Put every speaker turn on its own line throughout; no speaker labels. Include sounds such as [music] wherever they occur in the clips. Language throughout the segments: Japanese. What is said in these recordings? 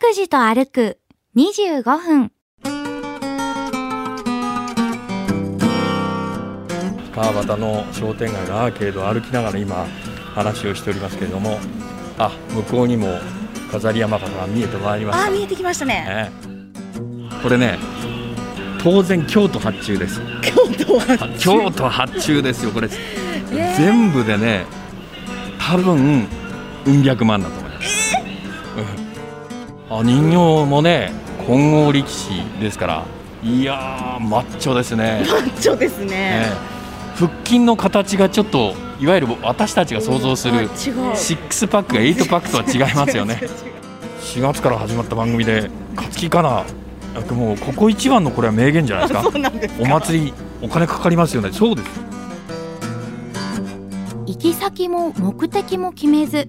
富士と歩く25分。
川端の商店街のアーケードを歩きながら今話をしておりますけれどもあ向こうにも飾り山笠が見えてまいりま
あ
し
ー見えてきました
た
ね。
ねこれね当然京都発注です
京都は
京都発注ですよこれ、
え
全部でね多分うん百万だと思います、うんあ人形もね金剛力士ですからいやーマッチョですね
マッチョですね。
ね腹筋の形がちょっといわゆる私たちが想像す
あ違
る
う。
シックスパックやエイトパックとは違いますよね
違う。違う違う
4月から始まった番組で勝木かななんかもうここ一番のこれは名言じゃないですか
そうなんですか。
お祭りお金かかりますよねそうです
行き先も目的も決めず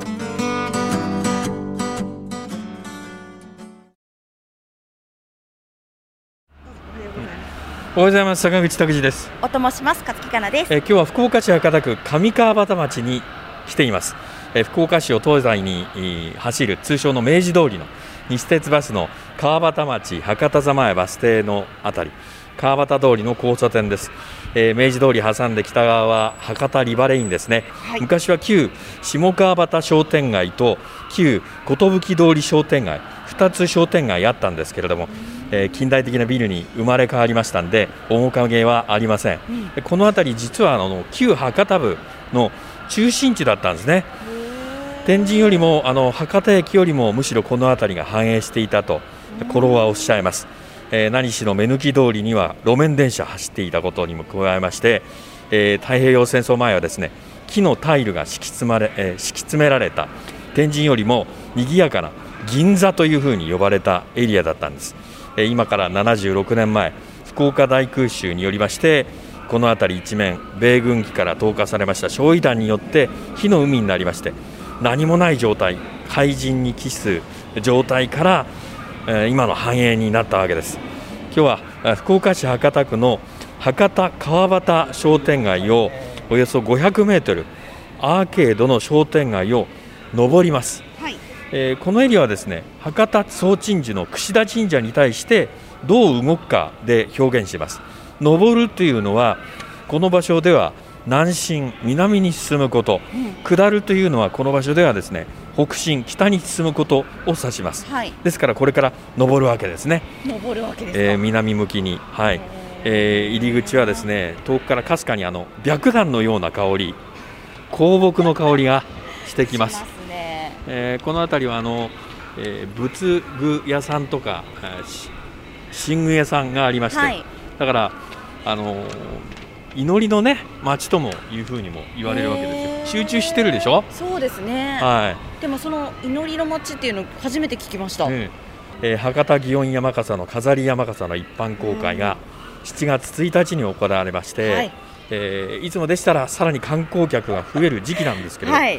おはようございます
おはようございます坂口拓司です
おともします勝木かなです。
えー今日は福岡市博多区上川端町に来ています、えー福岡市を東西にえー走る通称の明治通りの西鉄バスの川端町博多座前バス停のあたり川端通りの交差点です、えー明治通り挟んで北側は博多リバレインですね、
はい
昔は旧下川端商店街と旧寿通り商店街2つ商店街あったんですけれども、えー近代的なビルに生まれ変わりましたんで面影はありません、でこの辺り実はあの旧博多部の中心地だったんですね天神よりもあの博多駅よりもむしろこの辺りが繁栄していたとコロはおっしゃいます、えー何しろ目抜き通りには路面電車走っていたことにも加えまして、えー太平洋戦争前はですね木のタイルが敷き詰まれ、えー敷き詰められた天神よりも賑やかな銀座というふうに呼ばれたエリアだったんです、えー今から76年前福岡大空襲によりましてこの辺り一面米軍機から投下されました焼夷弾によって火の海になりまして何もない状態灰塵に帰す状態から、えー今の繁栄になったわけです今日はえー福岡市博多区の博多川端商店街をおよそ500メートルアーケードの商店街を上ります
はい。
えーこのエリアはですね博多総鎮守の櫛田神社に対してどう動くかで表現します登るというのはこの場所では南進南に進むこと、下るというのはこの場所ではですね北進北に進むことを指します
はい。
ですからこれから登るわけですね
登るわけですか。
えー南向きに、はいえー入り口はですね遠くからかすかにあの白檀のような香り香木の香りがしてきます
しね。
えーこの辺りはあの、えー仏具屋さんとかあーし神具屋さんがありまして、
はい
だから、あのー祈りのね町ともいうふうにも言われるわけ
へー
ですよ集中してるでしょ
そうですね。
はい
でもその祈りの街っていうの初めて聞きました。
うんえー博多祇園山笠の飾り山笠の一般公開が7月1日に行われまして、
はいい
えーいつもでしたらさらに観光客が増える時期なんですけれど、
はい。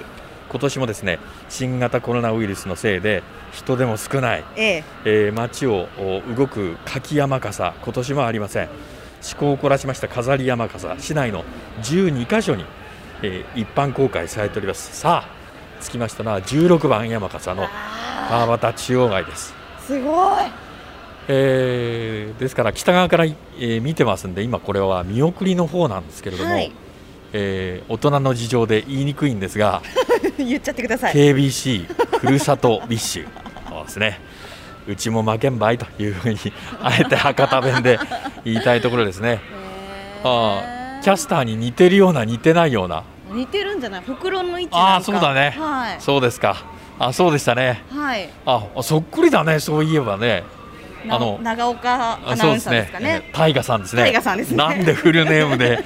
今年もですね新型コロナウイルスのせいで人手も少ない、
ええ。
えー街をお動く柿山笠今年もありません趣向を凝らしました飾り山笠市内の12カ所に、えー一般公開されておりますさあ着きましたのは16番山笠の
あ
川端中央街です
ーすごい。
えーですから北側から、えー見てますんで今これは見送りの方なんですけれども、
はい
えー大人の事情で言いにくいんですが、
[laughs] 言っちゃってください。
KBC ふるさとビッシュそうですねうちも負けんばいというふうにあえて博多弁で言いたいところですねあーキャスターに似てるような似てないような
似てるんじゃない？ほくろの位置なんか。
あーそうだね
はい。
そうですかあそうでしたね
はい。
あそっくりだねそういえばね
な
あの
長岡
あ
アナウンサーですかね。
タイガさんですね。
タイガさんですね
なんでフルネームで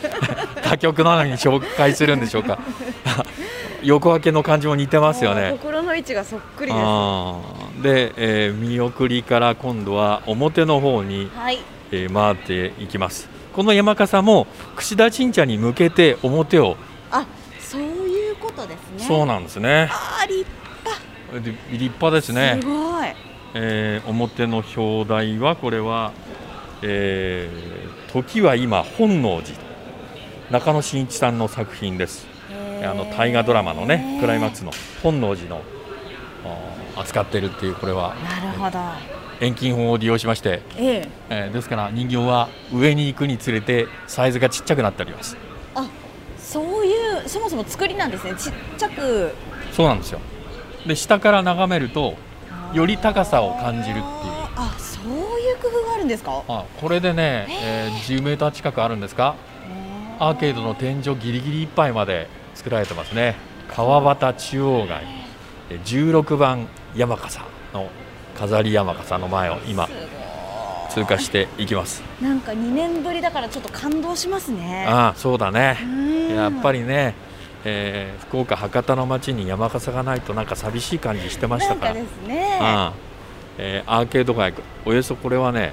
他局なのに紹介するんでしょう
[laughs]
か。横分けの感じも似てますよ
もう
ね。
心の位置がそっくりです。は
あーで、えー見送りから今度は表の方に、
い。
えー回っていきます。この山笠も櫛田神社に向けて表を
あ、そういうこことですね。
そうなんですね。
あー立
で立派ですね
派。すごい。
えー表の表題はこれは、えー時は今本能寺中野真一さんの作品です。あの大河ドラマのねクライマックスの本能寺のあー扱ってるっていうこれは
なるほど。
遠近法を利用しまして、
ええ。
えーですから人形は上に行くにつれてサイズがちっちゃくなっております。
あ、そういうそもそも作りなんですね。ちっちゃく
そうなんですよ。で下から眺めるとより高さを感じるっていう。
あ、そういう工夫があるんですか。
あこれでね、えー10メーター近くあるんですかアーケードの天井ギリギリいっぱいまで作られてますね川端中央街えー16番山笠の飾り山笠の前を今
す
通過していきます
ごいなんか2年ぶりだからちょっと感動しますね。
ああそうだねや
や
っぱ
り
りね、えー福岡博多の街に山笠がないとなんか寂しい感じしてまし
な
た
ん
から
かですね。
ああえーアーケード街およそこれはね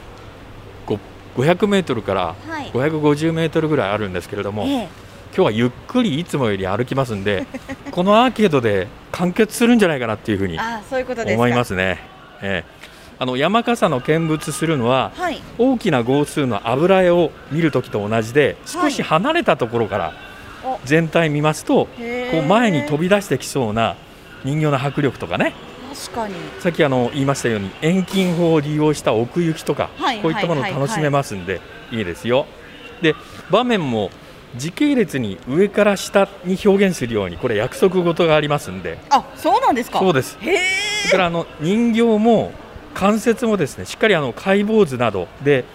ご500メートルから
はい。
550メートルぐらいあるんですけれども、
ええ
今日はゆっくりいつもより歩きますん
[laughs]
でこのアーケードで完結するんじゃないかなっていうふうに
あそういうことですか。
思いますね。ええあの山笠の見物するのは
はい。
大きな号数の油絵を見るときと同じで
は
少
い
し離れたところから
お
全体見ますと、こ
こ
う前に飛び
び
出してきそうな人形の迫力とかね
確かに
さっきあの言いましたように遠近法を利用した奥行きとか、
はい
こういったものを
はいはいはい
楽しめますんで、いいですよ。で場面も時系列に上から下に表現するようにこれ約束事がありますんで
あそうなんですか
そうです
へえ
それからあの人形も関節もですねしっかりあの解剖図などで、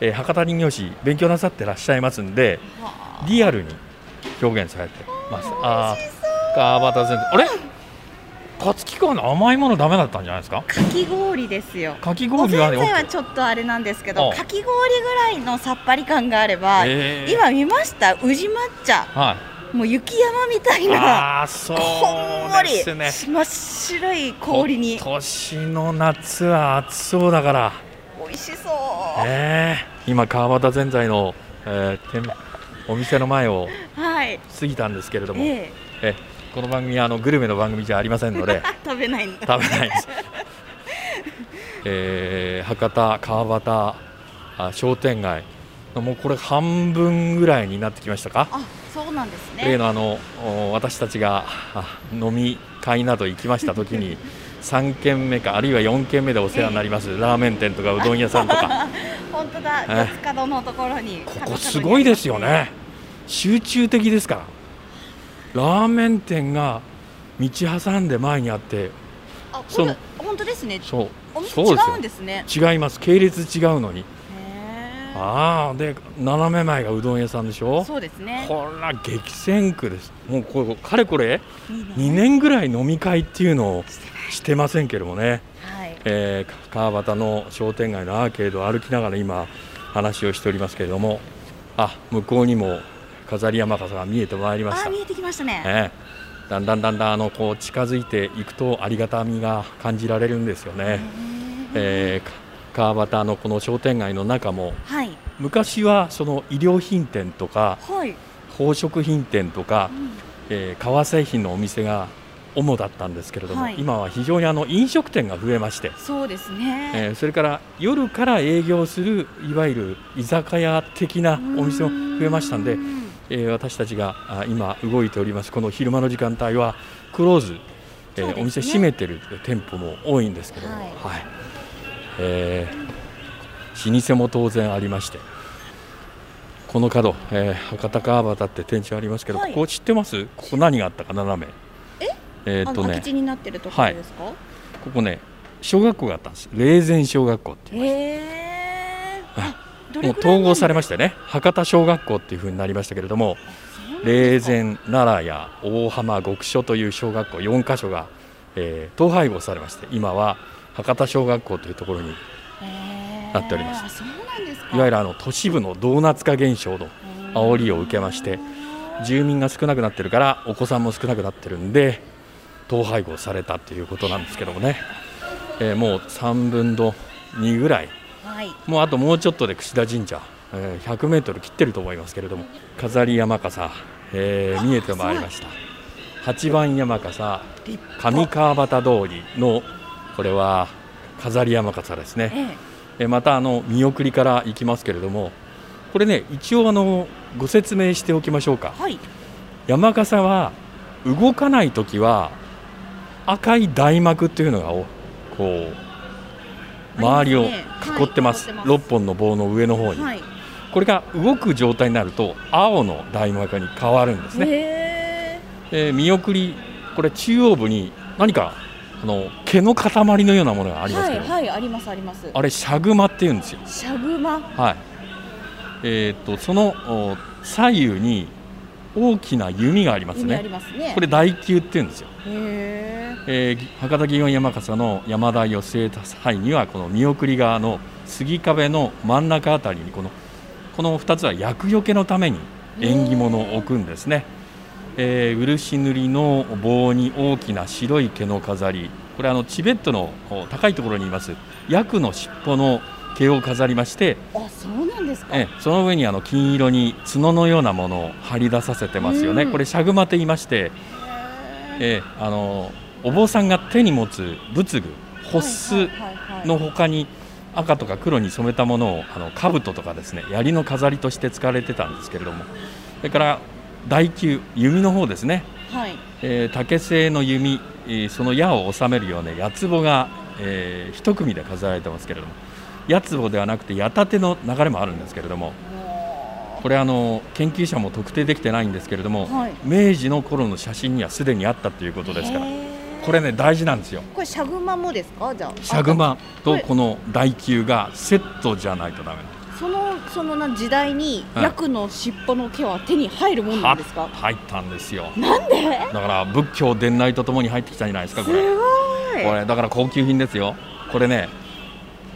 えー博多人形師勉強なさってらっしゃいますんでリアルに表現されてます。あー川端先生あれ勝木君の甘いものダメだったんじゃないですか
かき氷ですよ
かき
お
氷
せん
は
べ
ね
いはちょっとあれなんですけど
うん
かき氷ぐらいのさっぱり感があれば、
えー
今見ました宇治抹茶
は
もう雪山みたい
い、
な
ああーそ
こんも
う
り
ですね
真っ白い氷に
今年の夏は暑そうだから、
美味しそ
ね
う、
え今川端ぜんざいの、えー店お店の前を
はい
過ぎたんですけれども、え
ええ
この番組はあのグルメの番組じゃありませんの [laughs] で
[laughs] 食べないんだ
食べないです、えー博多川端あ商店街もうこれ半分ぐらいになってきましたか
あそうなんです
例
ね
のあのお私たちがあ飲み会など行きました時 [laughs] に3軒目かあるいは4軒目でお世話になります、ラーメン店とかうどん屋さんとか
本当だ
ええ
四つ角のところに
ここすごいですよね集中的ですからラーメン店が道挟んで前にあって
あ
そ
こ
の
れ本当ですね
そう
お店
そう
違
ですよ
うんですね
違います系列違うのに
へー
ああで斜め前がうどん屋さんでしょ
そうですね
こら激戦区ですもうこれかれこれ
いい
2
ね
年ぐらい飲み会っていうのをしてませんけれどもね、
はい
えー川端の商店街のアーケードを歩きながら今話をしておりますけれどもあ向こうにも飾り山笠が見えてまいりまし
あ
た、
ー見えてきましたね
ええだんだんだんだんあのこう近づいていくとありがたみが感じられるんですよね、えーか川端のこの商店街の中も
はい
昔はその衣料品店とか
はい
宝飾品店とか、えー革製品のお店が主だったんですけれども、
はい
今は非常にあの飲食店が増えまして、
そうですね
えーそれから夜から営業するいわゆる居酒屋的なお店も増えましたんで
うーん
えー私たちがあ今動いておりますこの昼間の時間帯はクローズ、えー
そうですね
お店閉めてる店舗も多いんですけども、は
はい
いえー老舗も当然ありましてこの角、えー博多川端って店地ありますけど、
はい
ここ知ってますここ何があったか斜めえー
あ
っと
の空
ね
き地になってるところですか
ここね小学校があったんです霊前小学校っていう
へーあ
も
どれ
う
ぐらい
統合され
ま
ましてね博多小学校っていうふうになりましたけれども霊前奈良や大浜極所という小学校4か所が、えー統廃合されまして今は博多小学校というところになっております
すそうなんですか
いわゆるあの都市部のドーナツ化現象の煽りを受けまして住民が少なくなってるからお子さんも少なくなってるんで統廃合されたということなんですけどもね、えーもう3分の2ぐらい
はい
もうあともうちょっとで櫛田神社、えー100メートル切ってると思いますけれども、飾り山笠、えー見えてまいりました。八番山笠
立
上川端通りのこれは飾り山笠ですね。
え
えまたあの見送りから行きますけれどもこれね一応あのご説明しておきましょうか
え、はい。
山笠は動かない時は赤い大幕というのがおこう周りを
あ
囲
りま
ってます,、
すねはい囲って
六
ます
6本の棒の上の方に、
はい。
これが動く状態になると青の大幕に変わるんですね、
へ
えー見送りこれ中央部に何かあの毛の塊のようなものがあ
ー
ります
は
け
い
ど、
はいありますあります。
あれシャグマっていうんですよ
シャグマ。
はい。えっ、とそのお左右に大きな弓があります
意味あり
ね。
ますね。
これ大球って言うんですよ。
へ
えー博多祇園山笠の山田寄せ杯にはこの見送り側の杉壁の真ん中あたりにこのこの2つは厄除けのために縁起物を置くんですね。えー漆塗りの棒に大きな白い毛の飾りこれあのチベットのお高いところにいます薬の尻尾の毛を飾りまして
え。あそうなんですか。
ええ、その上にあの金色に角のようなものを張り出させてますよね、
うん
これ、シャグマと言いまして、
へー
ええあのお坊さんが手に持つ仏具、ホス
はいはいはいは
の他に赤とか黒に染めたものをあの兜とかですね槍の飾りとして使われてたんですけれども、それから大弓、弓の方ですね、
いはい
えー竹製の弓、えーその矢を収めるような八つぼが、えー一組で飾られてますけれども、八つぼではなくて矢立ての流れもあるんですけれども。
も
これあの研究者も特定できてないんですけれども、
うはい。
明治の頃の写真にはすでにあったということですから
へ、ー
これね大事なんですよ。
これシャグマもですかじゃあ。
シャグマ
ことれ
この台球がセットじゃないとダメ。
あ。そのそのな時代に
はい
薬の尻尾の毛は手に入るもんな
は
んですか。
入ったんですよ。
なんで？
だから仏教伝来とともに入ってきたんじゃないですかこ
す
れ。
ごい。
これだから高級品ですよ。これね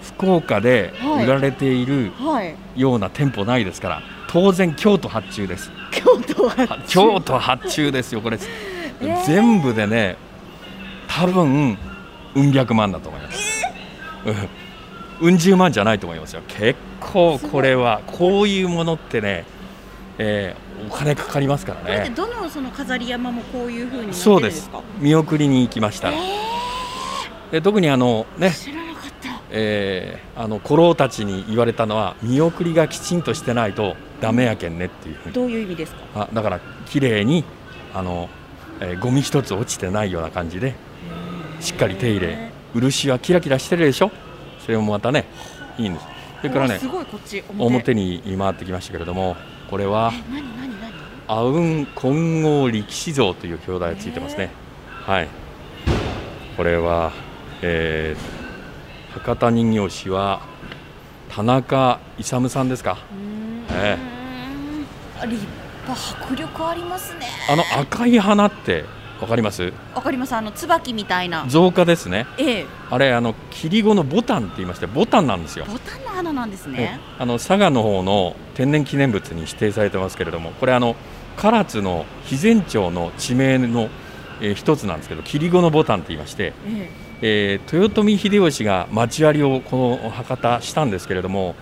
福岡で売られている
はい。
ような店舗ないですから、当然京都発注です。
京都は
は京都発注ですよ、
[laughs]
これ、
ー
全部でね、多分うん百万だと思います。うんうん十万じゃないと思いますよ、結構これは、こういうものってね、えーお金かかりますから
これって
ね、
どのその飾り山もこういう風になって
そ
る
うんで
です
す
か。、
見送りに行きました、で特にあの、ね
知らなかった。
えーあの古老たちに言われたのは、見送りがきちんとしてないとダメやけんねっていうふうに。
どういう意味ですか。
あだから綺麗にあの、えーゴミ一つ落ちてないような感じでしっかり手入れ漆はキラキラしてるでしょそれもまたねいいんですそれから
お
ね
すごいこっち表。
表に回ってきましたけれどもこれは
え何何何。
阿雲金剛力士像という表題がついてますねはいこれは、えー博多人形師は田中勇さんですか
うーん
え
あ立派迫力ありますね。
あの赤い花ってわかります
わかりますあの椿みたいな。
造花ですね
ええ
あれあの切り子のボタンって言いましてボタンなんですよ。
ボタンの花なんですね。
あの佐賀の方の天然記念物に指定されてますけれども、これあの唐津の肥前町の地名の、えー一つなんですけど、切り子のボタンって言いまして、
え
えー豊臣秀吉が町割りをこの博多したんですけれども、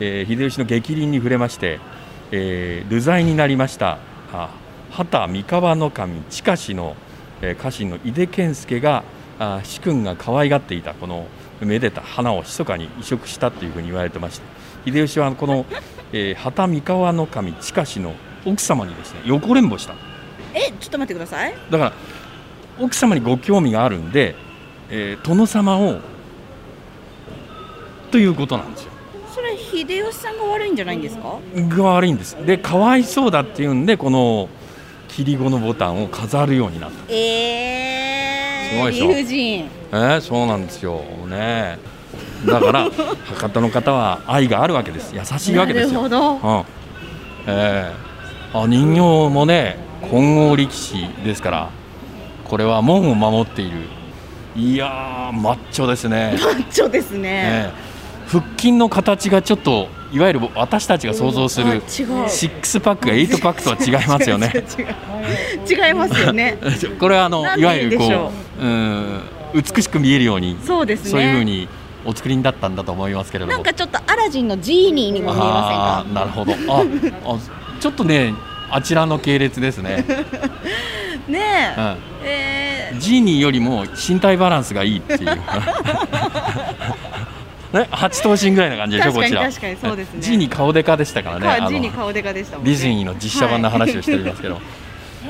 えー秀吉の逆鱗に触れまして、えー流罪になりましたあ畑三河守近氏の、えー家臣の井出健介があ主君が可愛がっていたこのめでた花を密かに移植したというふうに言われてまして秀吉はこの、えー畑三河守近氏の奥様にですね横連母した
ええちょっと待ってください。
だから奥様にご興味があるんで、えー殿様をということなんですよ。
それ秀吉さんが悪いんじゃないんですか。
が悪いんです。でかわいそうだっていうんでこの切り子のボタンを飾るようになっ
ええ
すごいでしょ
理不尽。
た。えーそうなんですよね。だから博多の方は愛があるわけです。優しいわけですよ。
なるほど。
うんえーあ人形もね金剛力士ですからこれは門を守っているいやーマッチョですね、
ちょです
え
ね。
ー腹筋の形がちょっといわゆる私たちが想像す
あ
る
違う。
シックスパックがエイトパックとは違いますよ
違
ね [laughs]
う。 [laughs] 違う違う違いますよね。
これはあの
なん
いわ
て言う
ゆる
んで
こ
しょう
ううん美しく見えるように
そうですね。
そういうふうにお作りになったんだと思いますけれども
なんかちょっとアラジンのジーニーにも見え
あ
ま
ーなるほどああちょっとねあちらの系列ですね
せんか。ね
うん
え、えー
ジーニーよりも身体バランスがいいっていう。ね、 [laughs] 八頭身ぐらいな感じでしょ、
確
こ
かに
ちら。
確かにそうですね
ジーニー顔デカでしたからね。
か
あ
ジーニ
の
ー顔デカでしたもんね
ディズニーの実写版の話をしておりますけど。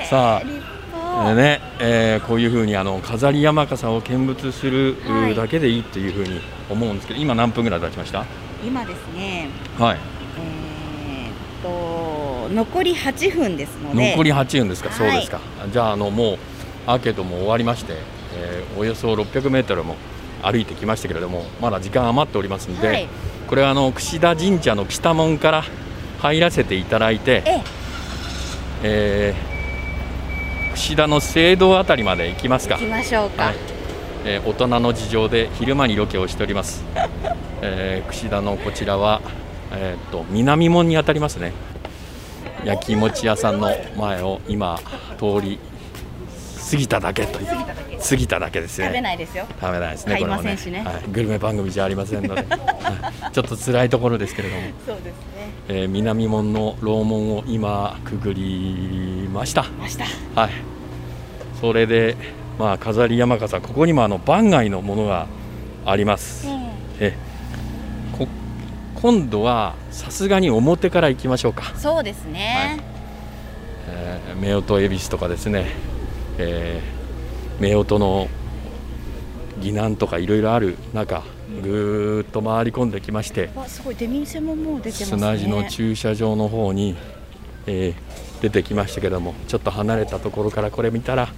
さあ
立
えー
派
ね、えーこういうふうにあの飾り山笠を見物するう
はい
だけでいいっていうふうに思うんですけど、今何分ぐらい経ちました？
今ですね
はい。
えーっと残り8分ですので
残り8分ですか、
はい
そうですかじゃああのもうアーケードも終わりまして、えーおよそ600メートルも歩いてきましたけれどもまだ時間余っておりますので、
はい
これはあの櫛田神社の北門から入らせていただい
え
て、
え
えー櫛田の聖堂あたりまで行きますか
行きましょうか、
はいえー大人の事情で昼間にロケをしております、 [laughs] えー、櫛田のこちらは、えー、と南門にあたりますね焼き餅屋さんの前を今通り過ぎただけという過ぎただけですね
食べないですよ
食べないですね
買い
これも
ませんしね
はい、グルメ番組じゃありません
[laughs]
のではいちょっと辛いところですけれども、
そうですね
えー南門の楼門を今くぐりました
明日
はい、それで、まあ、飾り山笠、ここにもあの番外のものがあります。えこ今度はさすがに表から行きましょうか、
そうですね、
えー、夫婦恵比寿とかですね、えー、夫婦の疑難とかいろいろある中ぐーっと回り込んできまして
わすごい出店ももう出てますね
砂地の駐車場の方に、えー出てきましたけどもちょっと離れたところからこれ見たら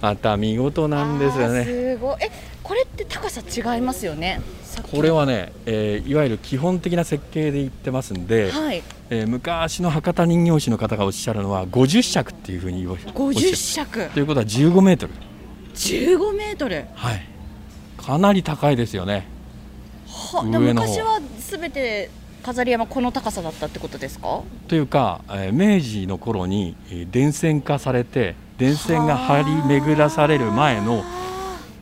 また見事なんですよ
あー
ね
すごいえこれって高さ違いますよねさっき
これはね、えーいわゆる基本的な設計で言ってますんで、
はい
えー昔の博多人形師の方がおっしゃるのは50尺っていうふうに言われて
50尺
ということは15メートル
15メートル
はいかなり高いですよね
は
上
で
の方
も昔はすべて飾り山この高さだったってことですか
というか、えー明治の頃に、えー電線化されて電線が張り巡らされる前の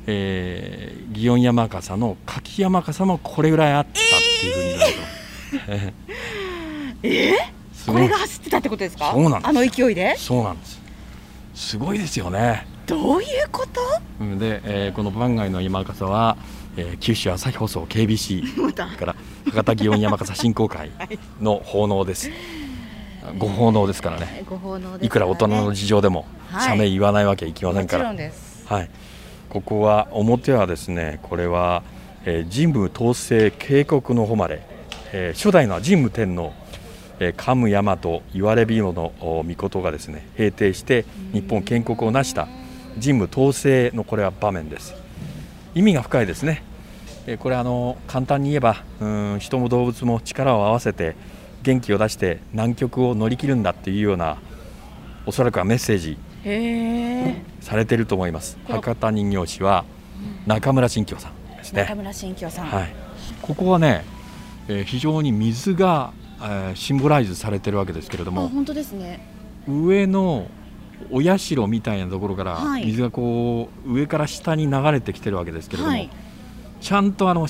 えー祇園山笠の柿山笠もこれぐらいあったっていうふうに言われてます
え
すご
ー、こ
い
れが走ってたってことですか
そうなんです
あの勢いで
そうなんですすごいですよね
どういうこと
うんで、えーこの番外の山笠は、えー九州朝日放送 KBC
また
から博多祇園山笠振興会の奉納
[laughs]
ですご奉納ですからね
ご奉納です、ね、
いくら大人の事情でも
はい
社名言わないわけいきませ
も
ん
ち
か
ろ
ら
んです
はい、ここは表はですねこれは、えー神武統制渓谷の誉れ、えー初代の神武天皇、えー、神武大和言われびよのお御事がですね平定して日本建国を成した神武統制のこれは場面です意味が深いですね、えーこれあの簡単に言えばうん人も動物も力を合わせて元気を出して難局を乗り切るんだっていうようなおそらくはメッセージ
へえ
されてると思います
この
博多人形師は中村新京さんです
中
ね、
村新京さん、
はい、ここはね、えー非常に水が、えーシンボライズされてるわけですけれど
あ
も
本当ですね
上のお社みたいなところから
はい
水がこう上から下に流れてきてるわけですけれども、
はい
ちゃんとあの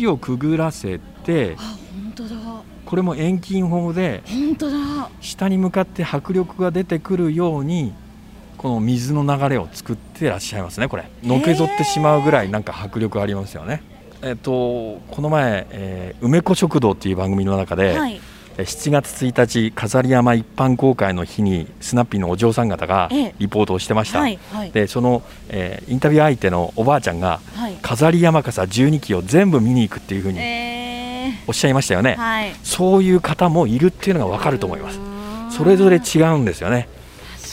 橋をくぐらせて
あ本当だ
これも遠近法で
本当だ
下に向かって迫力が出てくるようにこの水の流れを作ってらっしゃいますねこれのけぞってしまうぐらいなんか迫力ありますよねえっとこの前、えー梅子食堂っていう番組の中で、
はい
えー7月1日飾り山一般公開の日にスナッピーのお嬢さん方が
ええ
リポートをしてました、
はいはい
でその、えーインタビュー相手のおばあちゃんが
はい
飾り山笠12基を全部見に行くっていうふうに
え
おっしゃいましたよね、
ー、はい
そういう方もいるっていうのが分かると思いますそれぞれ違うんですよね。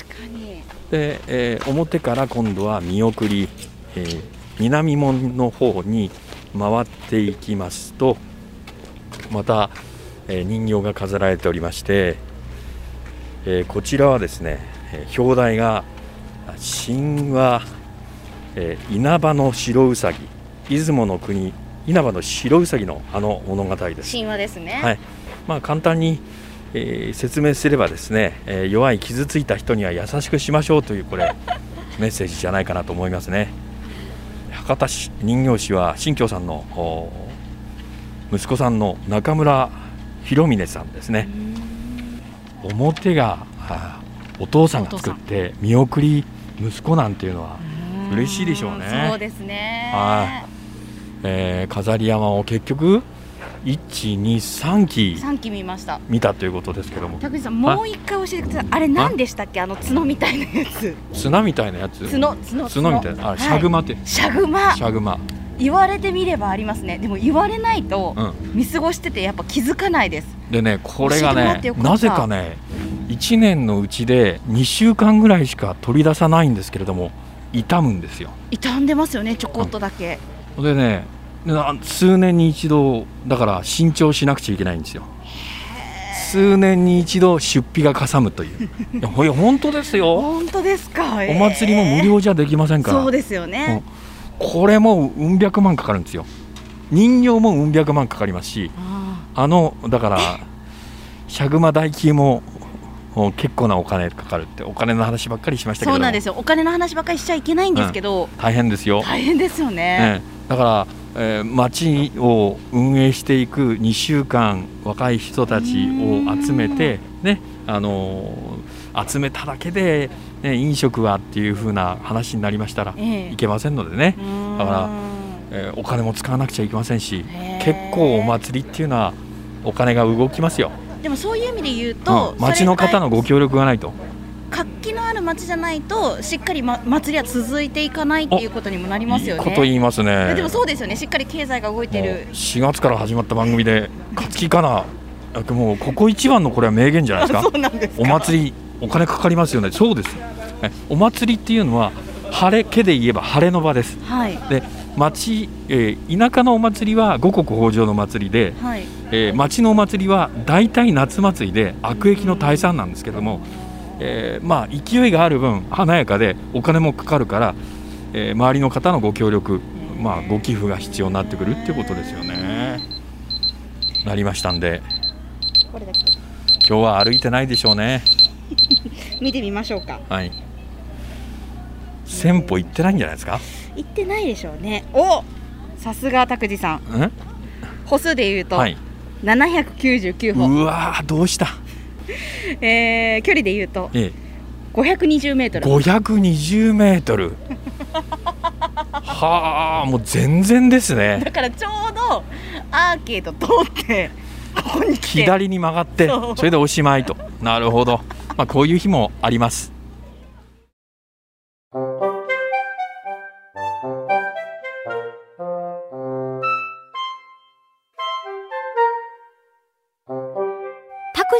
確かに
で、えー表から今度は見送り、えー南門の方に回っていきますとまた、えー人形が飾られておりまして、えーこちらはですね、えー表題が「神話、えー稲葉の白うさぎ出雲の国稲葉の白うさぎのあの物語」です。
神話ですね
はいまあ、簡単に、えー説明すればですね、えー弱い傷ついた人には優しくしましょうというこ [laughs] れメッセージじゃないかなと思いますね博多市人形師は新京さんのお息子さんの中村博峰さんですね表があお父さんが作って見送り息子なんていうのは、
ん
嬉しいでしょうね
そうですね。
はえー飾り山を結局123期
三期見ました。
見たということですけども
拓司さんもう一回教えてください。あれ何でしたっけあの角みたいなやつ。
綱みたいなやつ
角角
綱みたいなあシャグマ
マ。
って、
シャグマ
シャグマ
言われてみればありますね。でも言われないと
うん
見過ごしててやっぱ気づかないです。
でねこれが
教えてもらっ
ね
てよかった
なぜかね1年のうちで2週間ぐらいしか取り出さないんですけれども傷むんですよ
傷んでますよねちょこっとだけ。
でねな数年に一度だから新調しなくちゃいけないんですよ数年に一度出費がかさむといういやほいや本当ですよ
本当ですか。
お祭りも無料じゃできませんから、
そうですよね。
これもうん百万かかるんですよ人形もうん百万かかりますし
あ
あのだからシャグマ大金ももう結構なお金かかるってお金の話ばっかりしまし
ー
たけど
そうなんですすよ。お金の話ばっかりしちゃいけないんですけど、
大変ですよ、
大変ですよね。
ええだから、えー町を運営していく2週間若い人たちを集めて、ねあのー集めただけで、ね、飲食はっていう風な話になりましたら
ええ
いけませんのでね、だから
ら
えーお金も使わなくちゃいけませんし結構お祭りっていうのはお金が動きますよ、
でもそういう意味で言うと、
うん、町の方のご協力がないと
それくらい活気のある町じゃないとしっかり、ま、祭りは続いていかないっていうことにもなります
い
よね
こと言いますね
でもそうですよねしっかり経済が動いて
もう
る
4月から始まった番組で勝木かなもうここ一番のこれは名言じゃないですか
[laughs] そうなんですか
お祭りお金かかりますよねそうですえお祭りっていうのは晴れ家で言えば晴れの場です
はい
で町、えー田舎のお祭りは五穀豊穣の祭りで、
はい
えー町のお祭りは大体夏祭りで悪役の大散なんですけども、えーまあ勢いがある分華やかでお金もかかるから、えー周りの方のご協力、まあ、ご寄付が必要になってくるっていうことですよね。なりましたんで
これだけ
今日は歩いてないでしょうね。
見てみましょうか
はい1000歩行ってないんじゃないですか
行ってないでしょうねおさすが拓司さん
ん
歩数で言うと、
はい
799歩、
うわーどうした
えー、距離で言うと
え
520メート
え
ル
520メートルはあもう全然ですね
だからちょうどアーケード通ってここに来て
左に曲がって
そう
それでおしま
[laughs]
いとなるほど、まあ、こういう日もあります
タク